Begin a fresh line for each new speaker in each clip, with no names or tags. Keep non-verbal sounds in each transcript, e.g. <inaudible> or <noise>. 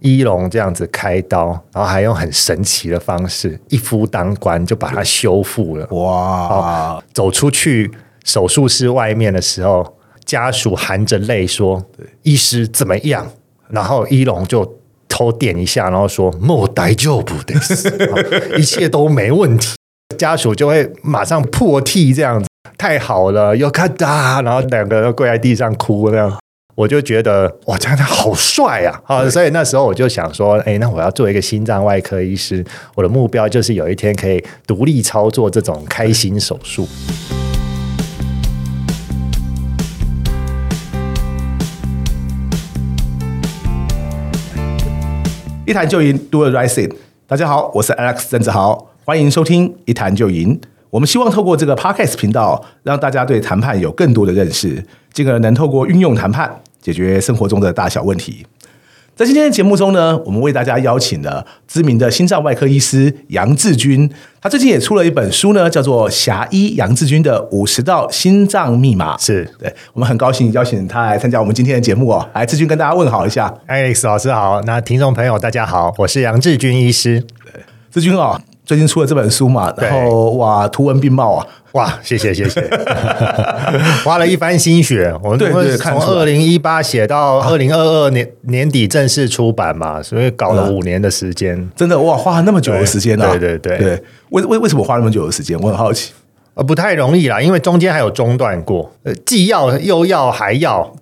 一龙这样子开刀，然后还用很神奇的方式，一夫当关就把它修复了。
哇，
走出去手术室外面的时候，家属含着泪说：“医师怎么样？”然后一龙就偷点一下，然后说：“莫待就不得死， <laughs> 哦好一切都没问题。”家属就会马上破涕，这样子太好了，又看哒，然后两个人都跪在地上哭那样。我就觉得哇，这样他好帅啊！啊，所以那时候我就想说，哎、那我要做一个心脏外科医师，我的目标就是有一天可以独立操作这种开心手术。
一谈就赢，Do the right thing。大家好，我是 Alex 郑志豪，欢迎收听《一谈就赢》。我们希望透过这个 Podcast 频道，让大家对谈判有更多的认识，进而能透过运用谈判解决生活中的大小问题。在今天的节目中呢，我们为大家邀请了知名的心脏外科医师杨志军，他最近也出了一本书呢，叫做《侠医杨志军的五十道心脏密码》。
是
对，我们很高兴邀请他来参加我们今天的节目哦。来，志军跟大家问好一下。
Alex 老师好，那听众朋友大家好，我是杨志军医师。
志军啊，最近出了这本书嘛，
对
然后哇，图文并茂
<laughs>
啊，
哇，谢谢谢谢，
<laughs>
花了一番心血，我们
对对看
从
得出来
二零一八写到二零二二年年底正式出版嘛，所以搞了
嗯
五年的时间。
真的哇，花了那么久的时间啊，
对对对
对，为为为什么花那么久的时间？我很好奇。
呃，不太容易啦，因为中间还有中断过，呃，既要又要还要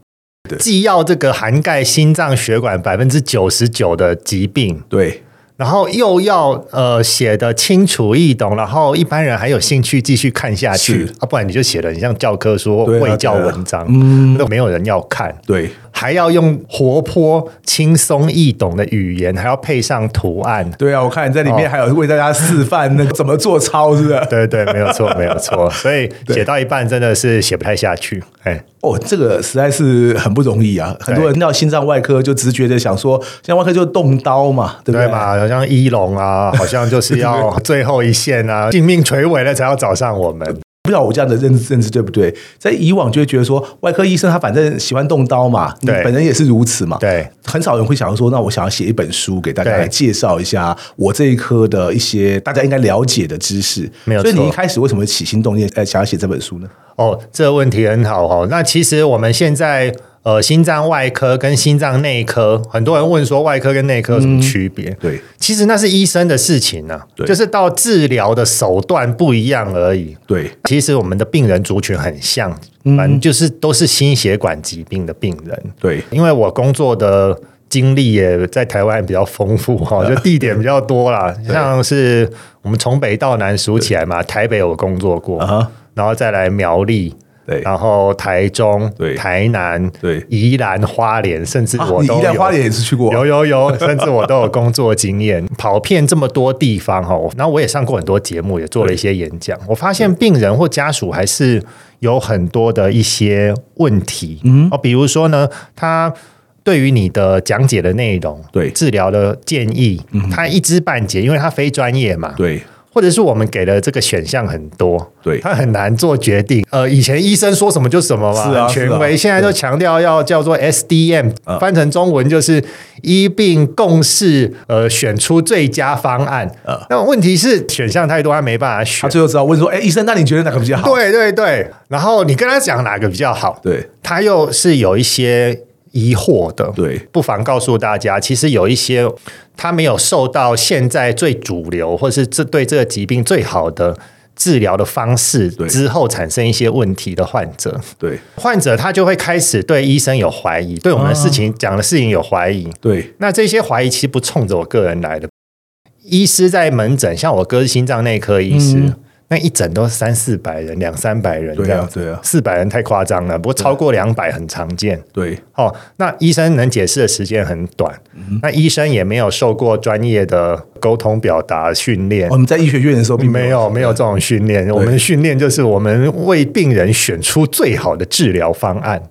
对，
既要这个涵盖心脏血管百分之九十九的疾病，
对，
然后又要呃写的清楚易懂，然后一般人还有兴趣继续看下去
是
啊，不然你就写的很像教科书、
对啊
卫教
对啊
文章，
嗯
都没有人要看。
对，
还要用活泼、轻松易懂的语言，还要配上图案，
对啊，我看你在里
哦
面还有为大家示范那个怎么做操，是
<laughs>
不是？
对对，没有
<laughs>
错，没有错。所以
对
写到一半真的是写不太下去，哎，
哦，这个实在是很不容易啊！很多人到心脏外科就直觉的想说，心脏外科就动刀嘛，对不
对？嘛？好像一龙啊，好像就是要最后一线啊， <laughs> 性命垂危了才要找上我们。
不知道我这样的认知认知对不对？在以往就会觉得说，外科医生他反正喜欢动刀嘛，你
对
本人也是如此嘛，
对，
很少人会想要说，那我想要写一本书给大家
对
来介绍一下我这一科的一些大家应该了解的知识。
没有
所以你
错
一开始为什么会起心动念，呃，想要写这本书呢？
哦，这个问题很好哦。那其实我们现在呃，心脏外科跟心脏内科，很多人问说外科跟内科有什么区别？
对，
其实那是医生的事情呢、
嗯对
就是到治疗的手段不一样而已。
对，
其实我们的病人族群很像，反正就是都是心血管疾病的病人。
对，
因为我工作的经历也在台湾比较丰富哈，就地点比较多啦，像是我们从北到南数起来嘛，台北有工作过
啊哈，
然后再来苗栗。
对
然后台中、
对
台南、
对
宜兰、花莲，甚至
啊
我
你
都
一旦
有
花莲也是去过，啊
有有有，甚至我都有工作经
<laughs>
验，跑遍这么多地方哦。然后我也上过很多节目，也做了一些演讲。我发现病人或家属还是有很多的一些问题，嗯，哦，比如说呢，他。对于你的讲解的内容，
对嗯
治疗的建议，他一知半解，因为他非专业嘛，
对
或者是我们给的这个选项很多，
对
他很难做决定。呃，以前医生说什么就什么嘛，
是啊
很权
是
威。
啊
现在都强调要叫做 SDM，、
嗯
翻成中文就是医病共识，呃，选出最佳方案。
嗯
那问题是选项太多，他没办法
他
选。
最后知道问说，哎，医生，那你觉得哪个比较好？
对对对，然后你跟他讲哪个比较好，
对
他又是有一些疑惑的。
对
不妨告诉大家，其实有一些他没有受到现在最主流，或是这对这个疾病最好的治疗的方式
对
之后，产生一些问题的患者，
对
患者他就会开始对医生有怀疑，对我们的事情、讲的事情有怀疑。
对
那这些怀疑其实不冲着我个人来的，医师在门诊，像我哥是心脏内科医师。
嗯
那一诊都三四百人，两三百人这
对
样
啊
子，
对啊
四百人太夸张了。不过超过两百很常见。
对
哦，那医生能解释的时间很短，那医生也没有受过专业的沟通表达训练。
哦我们在医学院的时候并
没有没有这种训练，我们的训练就是我们为病人选出最好的治疗方案。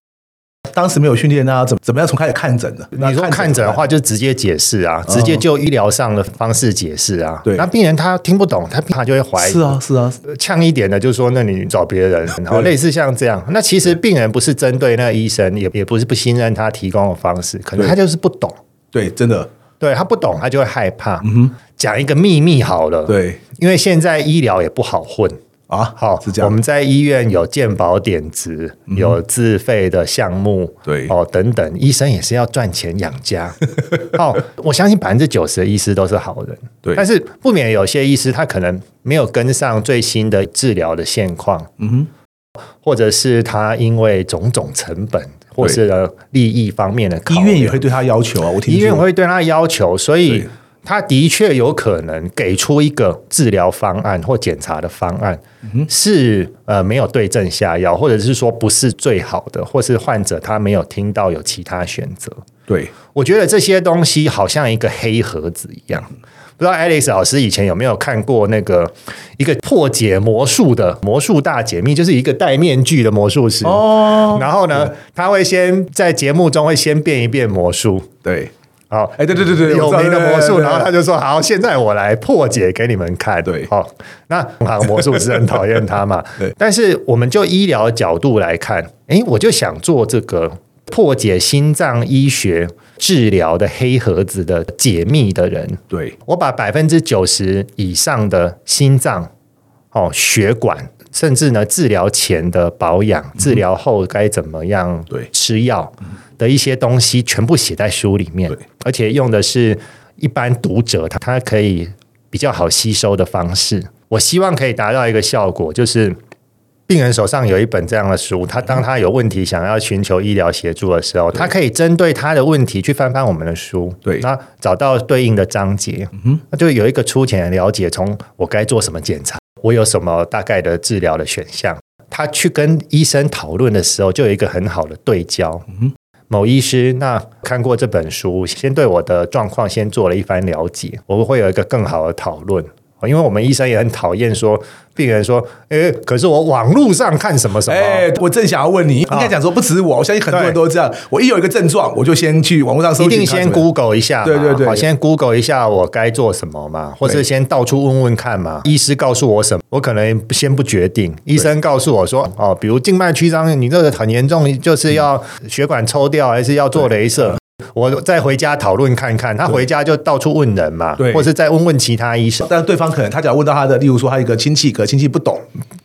当时没有训练啊，怎么怎么样从开始看诊的？
你说
那
看诊的，话，就直接解释啊，直接就医疗上的方式解释啊。
对
那病人他听不懂，他他就会怀疑。
是啊是啊，
呃呛一点的，就说那你找别人，然后类似像这样。那其实病人不是针对那个医生，也也不是不信任他提供的方式，可能
对
他就是不懂。
对，真的
对他不懂，他就会害怕。讲一个秘密好了，
嗯对，
因为现在医疗也不好混。
啊，
好
是这，样，嗯
我们在医院有健保点值，有自费的项目，
对
哦，等等，医生也是要赚钱养
<laughs>
家。哦，我相信百分之九十的医师都是好人，
对
但是不免有些医师他可能没有跟上最新的治疗的现况，
嗯哼，
或者是他因为种种成本或是呃利益方面的考
医
量
院也会对他要求啊，我听
医院
说
会对他要求，所以
对
他的确有可能给出一个治疗方案或检查的方案，
嗯
是呃没有对症下药，或者是说不是最好的，或是患者他没有听到有其他选择。
对，
我觉得这些东西好像一个黑盒子一样。不知道 Alex 老师以前有没有看过那个一个破解魔术的魔术大解密，就是一个戴面具的魔术师。
哦，
然后呢，他会先在节目中会先变一变魔术，
对，
好，
哎，对对对对，
有
我知道
名的魔术，然后他。
对对对对对
就说：“好，现在我来破解给你们看。”
对。
好、那那行魔术师很讨厌他嘛
<laughs> 对
但是我们就医疗角度来看，诶，我就想做这个破解心脏医学治疗的黑盒子的解密的人，
对，
我把百分之九十以上的心脏哦血管，甚至呢治疗前的保养、治疗后该怎么样
对
吃药的一些东西，全部写在书里面
对，
而且用的是一般读者他他可以比较好吸收的方式。我希望可以达到一个效果，就是。病人手上有一本这样的书，他当他有问题想要寻求医疗协助的时候，他可以针对他的问题去翻翻我们的书，
对嗯
那找到对应的章节，那就有一个粗浅的了解，从我该做什么检查，我有什么大概的治疗的选项。他去跟医生讨论的时候，就有一个很好的对焦。某医师那看过这本书，先对我的状况先做了一番了解，我们会有一个更好的讨论。哦因为我们医生也很讨厌说病人说，诶，可是我网络上看什么什么，
哎，我正想要问你，应该讲说不止我，我相信很多人都这样。我一有一个症状，我就先去网络上搜
一
寻
定
看
先
怎么样，
Google 一下嘛，
对对对
好先 Google 一下我该做什么嘛，或
对
是先到处问问看嘛。医师告诉我什么，我可能先不决定。医生告诉我说，哦，比如静脉曲张，你这个很严重，就是要血管抽掉，还是要做镭射？我再回家讨论看看。他回家就到处问人嘛，
对
或是再问问其他医生，
但对方可能他只要问到他的，例如说他一个亲戚，可亲戚不懂，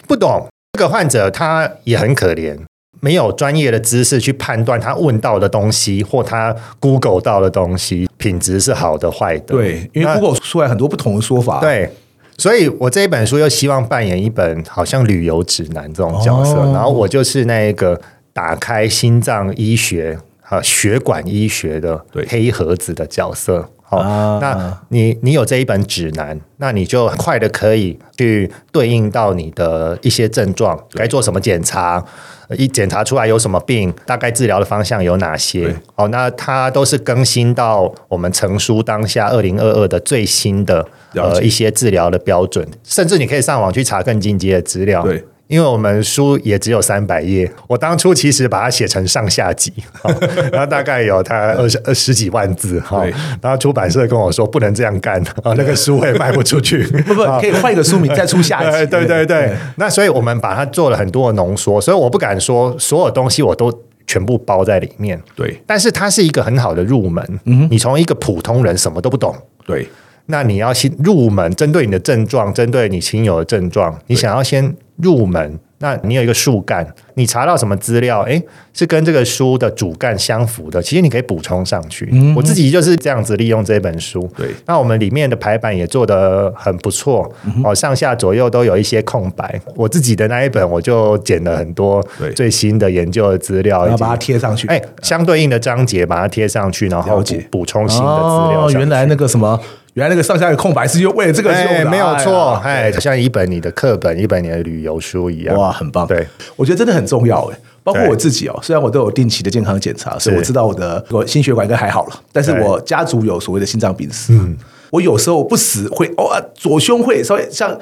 不懂这个患者他也很可怜。没有专业的知识去判断他问到的东西或他 Google 到的东西品质是好的坏的，
对，因为
那
Google 出来很多不同的说法，，
对，所以我这一本书又希望扮演一本好像旅游指南这种角色，
哦
然后我就是那一个打开心脏医学啊血管医学的
对
黑盒子的角色。好、
啊
那你你有这一本指南，那你就很快的可以去对应到你的一些症状，该做什么检查，呃一检查出来有什么病，大概治疗的方向有哪些
对？
哦，那它都是更新到我们成书当下二零二二的最新的
了解
呃一些治疗的标准，甚至你可以上网去查更进阶的资料。
对。
因为我们书也只有三百页，我当初其实把它写成上下集， <laughs> 哦、然后大概有它二十二十几万字哈、
对
然后出版社跟我说不能这样干啊、 <laughs> 哦那个书我也卖不出去。
<laughs> 不不，可以换一个书名再出下一
对
集，
<laughs> 对对对，那所以我们把它做了很多的浓缩，所以我不敢说所有东西我都全部包在里面，
对
但是它是一个很好的入门。
嗯
你从一个普通人什么都不懂，
对
那你要先入门，针对你的症状，针对你亲友的症状，你想要先入门，那你有一个树干，你查到什么资料，诶，是跟这个书的主干相符的，其实你可以补充上去。我自己就是这样子利用这本书。
嗯对
那我们里面的排版也做得很不错，
嗯
哦，上下左右都有一些空白。我自己的那一本，我就剪了很多
对
最新的研究的资料，
然
以
后
及
把它贴上去。
哎相对应的章节把它贴上去，然后
了
补
解
补充新的资料上
哦，
去。
原来那个什么，原来那个上下的空白是用为了这个用
哎，
的，
没有错，
哎
哎，
呀
像一本你的课本，一本你的旅游书一样。
哇，很棒。
对，
我觉得真的很重要哎。包括
对
我自己哦，虽然我都有定期的健康检查，所以
是
我知道我的我心血管应该还好了，但是
对
我家族有所谓的心脏病史，嗯，我有时候不时会偶尔、左胸会稍微像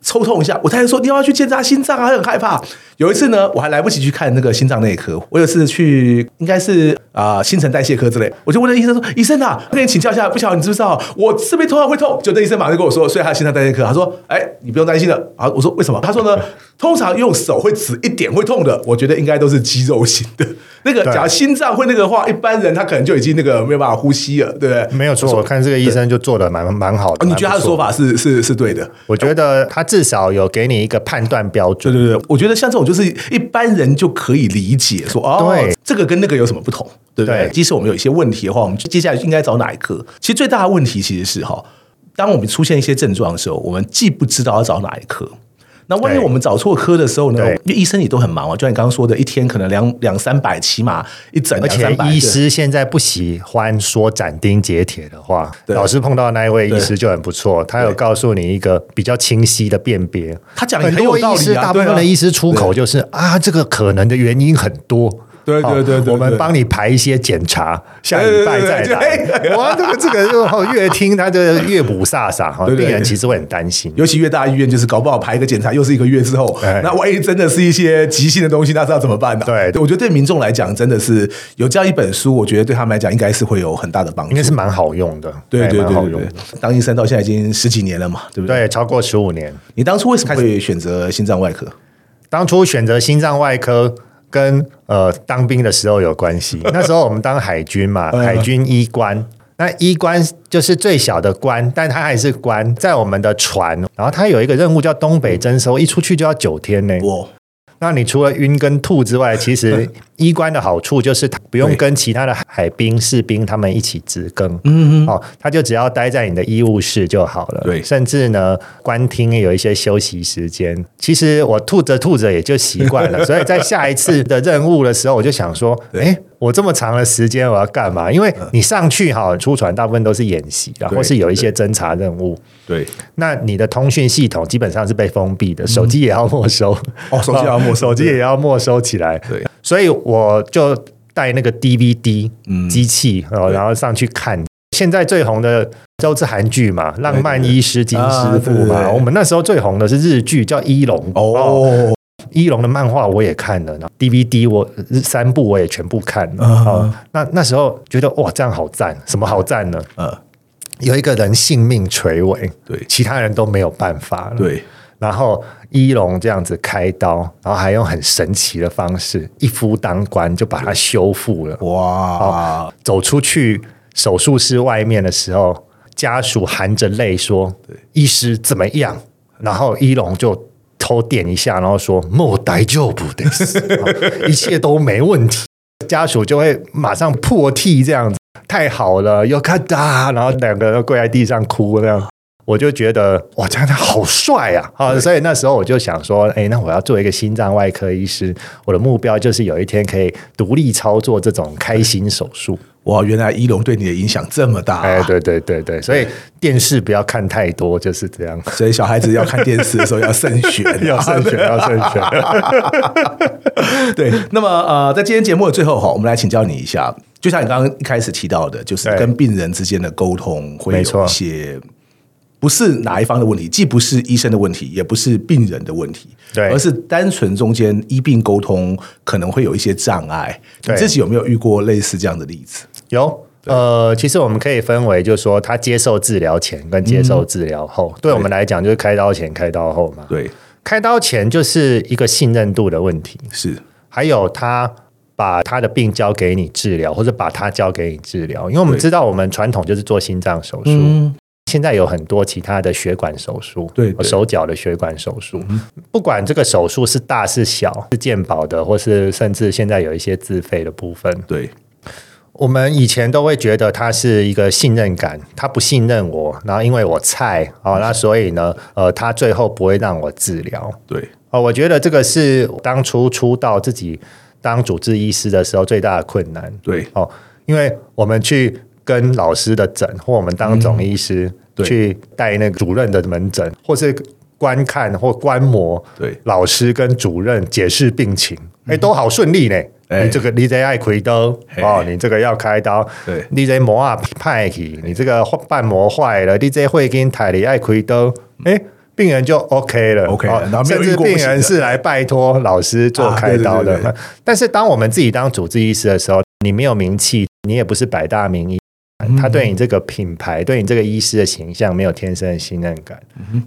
抽痛一下，我太太说你要不要去检查心脏啊，她很害怕。有一次呢，我还来不及去看那个心脏内科，我有一次去应该是啊、呃新陈代谢科之类，我就问那医生说：“医生啊，我跟你请教一下，不晓得你知不知道我这边头上会痛？”就那医生马上就跟我说，所以哎他心脏代谢科，他说：“哎，你不用担心了。”啊，我说为什么？他说呢，通常用手会指一点会痛的，我觉得应该都是肌肉型的。那个
对
假如心脏会那个的话，一般人他可能就已经那个没有办法呼吸了，对不对？
没有错，我看这个医生就做的蛮蛮好的。
哦你觉得他的说
法？
法是是是对的？
我觉得他至少有给你一个判断标
对
准。
对对，我觉得像这种就是一般人就可以理解说，哦
对，
这个跟那个有什么不同，对不对？
对
即使我们有一些问题的话，我们接下来应该找哪一科？其实最大的问题其实是哈，当我们出现一些症状的时候，我们既不知道要找哪一科。那万一
对
我们找错科的时候呢？
对
因为医生也都很忙哦，就像你刚刚说的，一天可能两两三百，起码一整
而
两
且
三百。
医
对
师现在不喜欢说斩钉截铁的话，
对
老师碰到那一位医师就很不错，他有告诉你一个比较清晰的辨别。
他讲得
很
很有
多
道
医
理
师，
啊，
大部分
对啊
的医师出口就是啊，这个可能的原因很多。
对对
哦
对对
我们
对
帮你排一些检查，下礼拜再
对对对
来。哇，这个这个哦越听他就越不飒飒哈，
对对
病人其实会很担心。
尤其越大医院，就是搞不好排一个检查又是一个月之后，
哎
那万一真的是一些急性的东西，那是要怎么办呢、
对
我觉得对民众来讲，真的是有这样一本书，我觉得对他们来讲应该是会有很大的帮助
应。该是蛮好用的，
对
哎
对
蛮
对
好
对
用
对
的，，
当医生到现在已经十几年了嘛，对不对？
对，超过十五年。
你当初为什么会选择心脏外科？
当初选择心脏外科跟呃当兵的时候有关系。那时候我们当海军嘛，
嗯
海军医官。那医官就是最小的官，但他还是官，在我们的船。然后他有一个任务叫东北征收，一出去就要九天呢。
我
那你除了晕跟吐之
<laughs>
外，其实医官的好处就是他不用
对
跟其他的海兵、士兵他们一起值更，嗯哦，他就只要待在你的医务室就好了。
对
甚至呢，官厅有一些休息时间。其实我吐着吐着也就习惯
<laughs>
了，所以在下一次的任务的时候，我就想说，
对嗯
哎。我这么长的时间我要干嘛？因为你上去哈出船大部分都是演习啦，
对
或是有一些侦察任务。
对
那你的通讯系统基本上是被封闭的，手机也要没收。
哦，手机也要没收，
手机也要没收起来。
对，
所以我就带那个 DVD
嗯
机器哦，然后上去看。现在最红的都是韩剧嘛，《浪漫医师金师傅》
哎啊对对
嘛。
对
我们那时候最红的是日剧，叫《一龙》哦，
哦，
一龙》的漫画我也看了，然后 DVD 我呃三部我也全部看了。
啊
哦，那那时候觉得哇，这样好赞，什么好赞呢？
呃，
有一个人性命垂危，
对
其他人都没有办法了。
对，
然后一龙这样子开刀，然后还用很神奇的方式，一夫当关就把它修复了。
哇，
走出去手术室外面的时候，家属含着泪说：“医师怎么样？”然后一龙就偷点一下，然后说：“莫待就不得，哦一切都没问题。”家属就会马上破涕，这样子太好了，又看哒，然后两个人都跪在地上哭那样。我就觉得哇，这样他好帅啊！啊，所以那时候我就想说，哎、那我要做一个心脏外科医师，我的目标就是有一天可以独立操作这种开心手术。
哇，原来一龙对你的影响这么大、
哎，。对对对对，所以电视不要看太多，就是这样。，
所以小孩子要看电视的时候要慎选啊
要慎
<laughs>
选，要慎选。
对，那么呃，在今天节目的最后哈，我们来请教你一下，就像你刚刚一开始提到的，就是
对
跟病人之间的沟通会
没
有
错
一些。不是哪一方的问题，既不是医生的问题，也不是病人的问题，
对
而是单纯中间医病沟通可能会有一些障碍。你
对
自己有没有遇过类似这样的例子？
有呃，其实我们可以分为，就是说他接受治疗前跟接受治疗后，对我们来讲就是开刀前、开刀后嘛。
对，
开刀前就是一个信任度的问题，
是
还有他把他的病交给你治疗，或者把他交给你治疗，因为我们
对
知道我们传统就是做心脏手术，
嗯，
现在有很多其他的血管手术，
对嗯对
手脚的血管手术，不管这个手术是大是小，是健保的，或是甚至现在有一些自费的部分，
对，
我们以前都会觉得他是一个信任感，他不信任我，然后因为我菜，
嗯
哦，那所以呢，呃，他最后不会让我治疗，
对，
哦，我觉得这个是当初出道自己当主治医师的时候最大的困难，
对，
哦，因为我们去跟老师的诊，或我们当总医师、
嗯对
去带那个主任的门诊，或是观看或观摩
对，嗯
老师跟主任解释病情，哎、都好顺利呢。
哎
你这个 DJ 爱开刀
嘿
哦，你这个要开刀
对
，DJ 膜啊派去，你这个瓣膜坏了，DJ 会跟台里爱开刀，哎、病人就 OK 了
嗯 OK
哦
了然后没
甚
有遇
至
过
病
不行的
人是来拜托老师做
啊
开刀的。
对对对
但是当我们自己当主治医师的时候，你没有名气，你也不是百大名医，他对你这个品牌、对你这个医师的形象没有天生的信任感，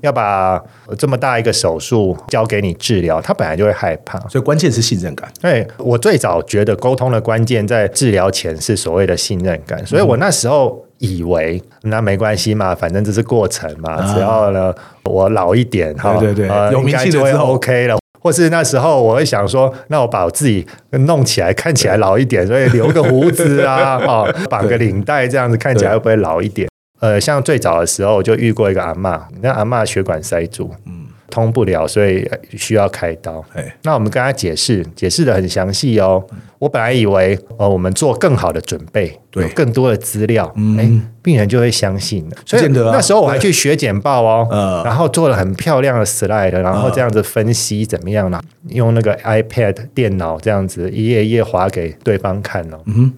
要把这么大一个手术交给你治疗，他本来就会害怕。
所以关键是信任感。
对我最早觉得沟通的关键在治疗前是所谓的信任感，所以我那时候以为那没关系嘛，反正这是过程嘛，只要呢我老一点哈，
啊对对对
呃、
有名气了
应该就会
之后
OK 了。或是那时候我会想说，那我把我自己弄起来，看起来老一
<laughs>
点，所以留个胡子啊，哦，绑个领带这样子，看起来
对
会不会老一点？呃，像最早的时候，我就遇过一个阿嬷，那阿嬷血管塞住，嗯，通不了，所以呃需要开刀。
哎，
那我们跟他解释，解释的很详细哦。我本来以为，呃，我们做更好的准备，
对嗯
有更多的资料，哎、病人就会相信了。所以
见得啊
那时候我还去学简报哦，
嗯
然后做了很漂亮的 slide，然后这样子分析怎么样呢、用那个 iPad 电脑这样子一页一页划给对方看哦。
嗯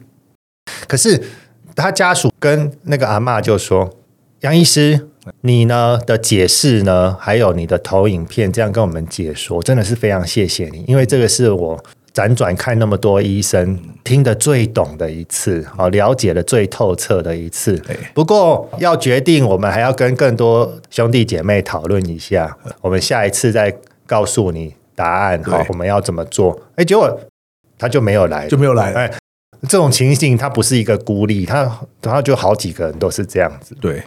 可是他家属跟那个阿嬷就说：“杨医师，你呢的解释呢，还有你的投影片，这样跟我们解说，真的是非常谢谢你，因为这个是我。”辗转看那么多医生，听得最懂的一次，好了解的最透彻的一次
对。
不过要决定，我们还要跟更多兄弟姐妹讨论一下，我们下一次再告诉你答案。好
嗯对，
我们要怎么做？哎，结果他就没有来
哼，，就没有来了。
哎这种情形，它不是一个孤立，它它就好几个人都是这样子。
对，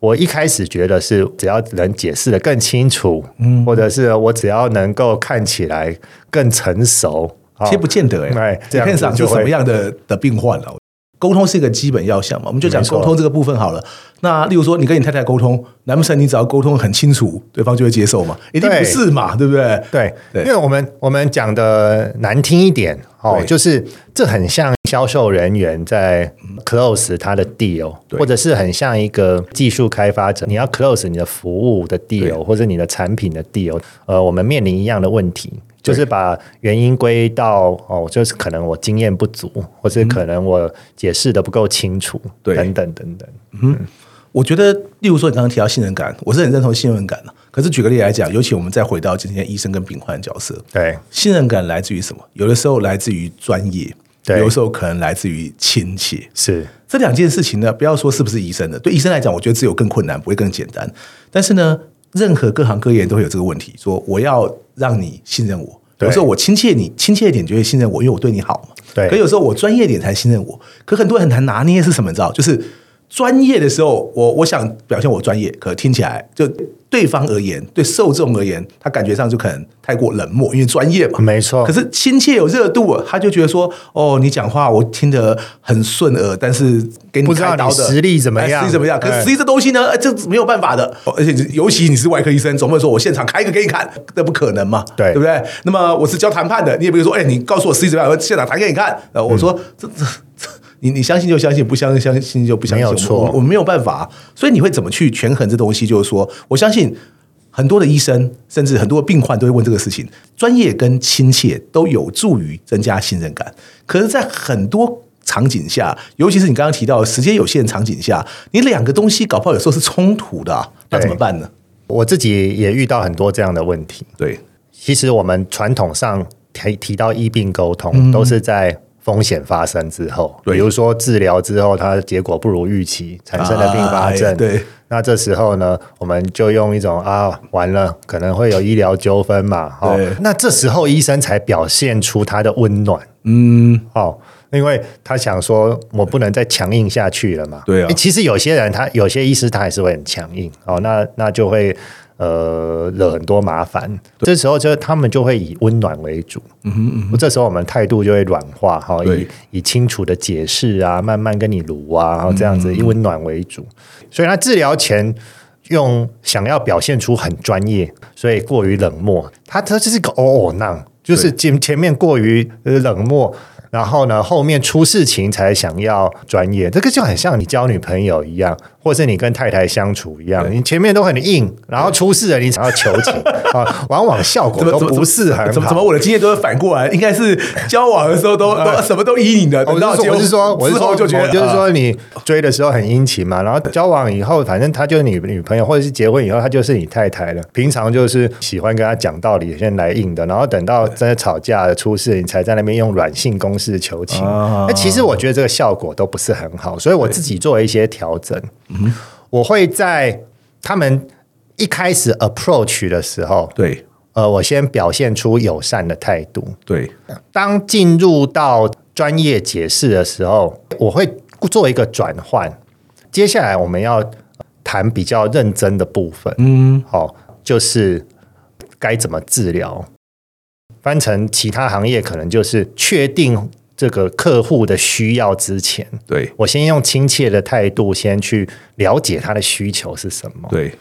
我一开始觉得是只要能解释的更清楚，
嗯
或者是我只要能够看起来更成熟，哦
其实不见得哎、
哎这样子
看上是
就会
什么样的的病患了。沟通是一个基本要项嘛，我们就讲
没错
沟通这个部分好了。那例如说，你跟你太太沟通，难不成你只要沟通很清楚，对方就会接受嘛？一定
对
不是嘛，对不对？
对，
对
因为我们我们讲的难听一点哦，
对
就是这很像销售人员在 close 他的 deal，
对
或者是很像一个技术开发者，你要 close 你的服务的 deal 或者你的产品的 deal，呃，我们面临一样的问题。就是把原因归到哦，就是可能我经验不足，或是可能我解释的不够清楚，
嗯对
等等等等。
我觉得，例如说你刚刚提到信任感，我是很认同信任感的。可是举个例来讲，尤其我们再回到今天医生跟病患的角色，
对，
信任感来自于什么？有的时候来自于专业，
对
有的时候可能来自于亲切。
是
这两件事情呢，不要说是不是医生的，对医生来讲，我觉得只有更困难，不会更简单。但是呢，任何各行各业都会有这个问题，说我要让你信任我。
对
有时候我亲切你，亲切一点就会信任我，因为我对你好嘛。
对
可有时候我专业一点才信任我，可很多人很难拿捏是什么？你知道，就是专业的时候，我我想表现我专业，可听起来就对方而言，对受众而言，他感觉上就可能太过冷漠，因为专业嘛。
没错
可是亲切有热度，啊他就觉得说，哦，你讲话我听得很顺耳，但是给你
不知道
开刀
你
的
实力怎么
哎
样
实力怎么样？可是
哎
实力这东西呢，哎，这没有办法的。哦而且尤其你是外科医生，总不能说我现场开一个给你看，那不可能嘛，
对
对不对？那么我是教谈判的，你也不会说，哎，你告诉我实力怎么样，我现场谈给你看。呃，我说、这这这，你你相信就相信，不相信相信就不相信，
没有错
我我们没有办法、所以你会怎么去权衡这东西？就是说，我相信很多的医生，甚至很多的病患都会问这个事情。专业跟亲切都有助于增加信任感，可是，在很多场景下，尤其是你刚刚提到的时间有限的场景下，你两个东西搞不好有时候是冲突的、啊，那
对
怎么办呢？
我自己也遇到很多这样的问题。
对
其实我们传统上提提到医病沟通，都是在风险发生之后，
嗯对
比如说治疗之后，它的结果不如预期，产生了并发症。
哎对，
那这时候呢，我们就用一种啊，完了，可能会有医疗纠纷嘛。哦
对，
那这时候医生才表现出他的温暖。
嗯，
哦，因为他想说，我不能再强硬下去了嘛。
对啊
诶其实有些人他有些医师他还是会很强硬哦，那那就会呃惹很多麻烦。这时候就他们就会以温暖为主，嗯哼这时候我们态度就会软化哈、哦，
对
以以清楚的解释啊，慢慢跟你撸啊，然后这样子以温暖为主。所以他治疗前。用想要表现出很专业，所以过于冷漠，他他就是个哦哦那，就是前前面过于呃冷漠，然后呢后面出事情才想要专业，这个就很像你交女朋友一样，或是你跟太太相处一样，你前面都很硬，然后出事了你才要求
<laughs>
情啊，往往效果
怎么
都
怎么
不是很好。
怎么怎么我的经验都是反过来，应该是
<laughs>
交往的时候都都什么都依你的，
我
等到
哦是
结
说，我是说，我
婚
是
之
说，
后就觉得
我就是
呃
说，你追的时候很殷勤嘛，然后交往以后，反正她就是你女朋友，或者是结婚以后，她就是你太太了。平常就是喜欢跟她讲道理，先来硬的，然后等到真的吵架了、出事，你才在那边用软性攻势求情。
啊
那其实我觉得这个效果都不是很好，所以我自己做了一些调整。我会在他们一开始 approach 的时候，
对
呃，我先表现出友善的态度，
对
当进入到专业解释的时候，我会做一个转换。接下来我们要谈比较认真的部分，嗯，好、就是该怎么治疗。翻成其他行业，可能就是确定这个客户的需要之前，
对
我先用亲切的态度先去了解他的需求是什么。
对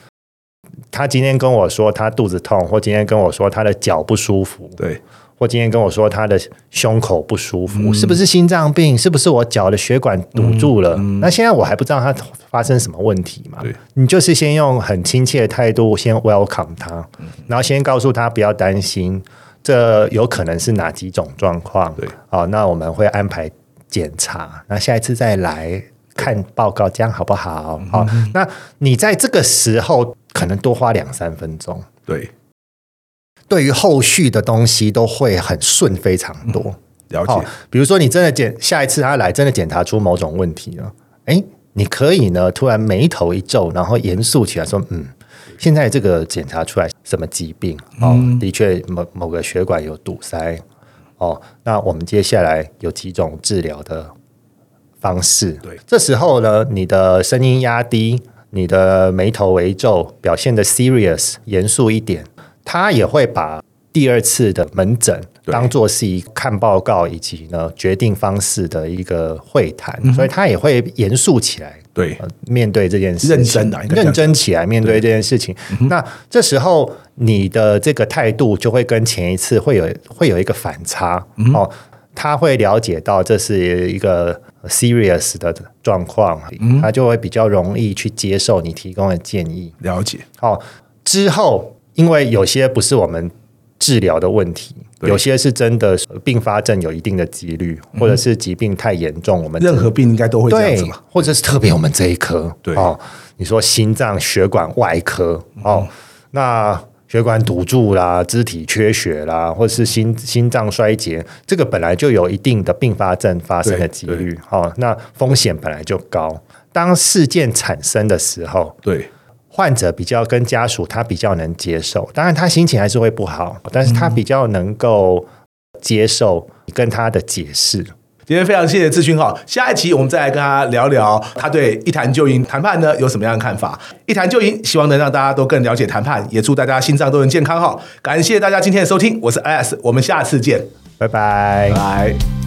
他今天跟我说他肚子痛，或今天跟我说他的脚不舒服，
对
或今天跟我说他的胸口不舒服，
嗯
是不是心脏病？是不是我脚的血管堵住了？那现在我还不知道他发生什么问题嘛
嗯对？
你就是先用很亲切的态度先 welcome 他，
嗯
然后先告诉他不要担心，这有可能是哪几种状况？
对，
好，那我们会安排检查，那下一次再来看报告，这样好不好？好，
嗯
那你在这个时候可能多花两三分钟。
对，
对于后续的东西都会很顺非常多。
嗯了
好，
解
比如说你真的检下一次他来真的检查出某种问题了，哎，你可以呢突然眉头一皱，然后严肃起来说，嗯。现在这个检查出来什么疾病？哦，
嗯
的确某某个血管有堵塞。哦，那我们接下来有几种治疗的方式。
对
这时候呢，你的声音压低，你的眉头微皱，表现的 serious 严肃一点，他也会把第二次的门诊
对
当做是一看报告以及呢决定方式的一个会谈，
嗯
所以他也会严肃起来。
对
呃面对这件事情，
认真啊应该这样嗯
认真起来面对这件事情。那这时候你的这个态度就会跟前一次会有会有一个反差、
嗯
哦，他会了解到这是一个呃 serious 的状况，
嗯
他就会比较容易去接受你提供的建议。
了解
哦，之后因为有些不是我们治疗的问题。
对
有些是真的呃并发症有一定的几率，或者是疾病太严重，我们
任何病应该都会这样
对
子嘛，，
或者是特别我们这一科，
对
哦，你说心脏血管外科哦，那血管堵住啦、肢体缺血啦，或是心心脏衰竭，这个本来就有一定的并发症发生的几率，哦，那风险本来就高。当事件产生的时候，
对
患者比较跟家属他比较能接受，当然他心情还是会不好，但是他比较能够接受你跟他的解释。
今天非常谢谢志勋哈，下一期我们再来跟他聊聊他对一谈就赢谈判呢有什么样的看法。一谈就赢，希望能让大家都更了解谈判，也祝大家心脏都能健康哈。感谢大家今天的收听，我是 Alex，我们下次见，
拜拜
拜。拜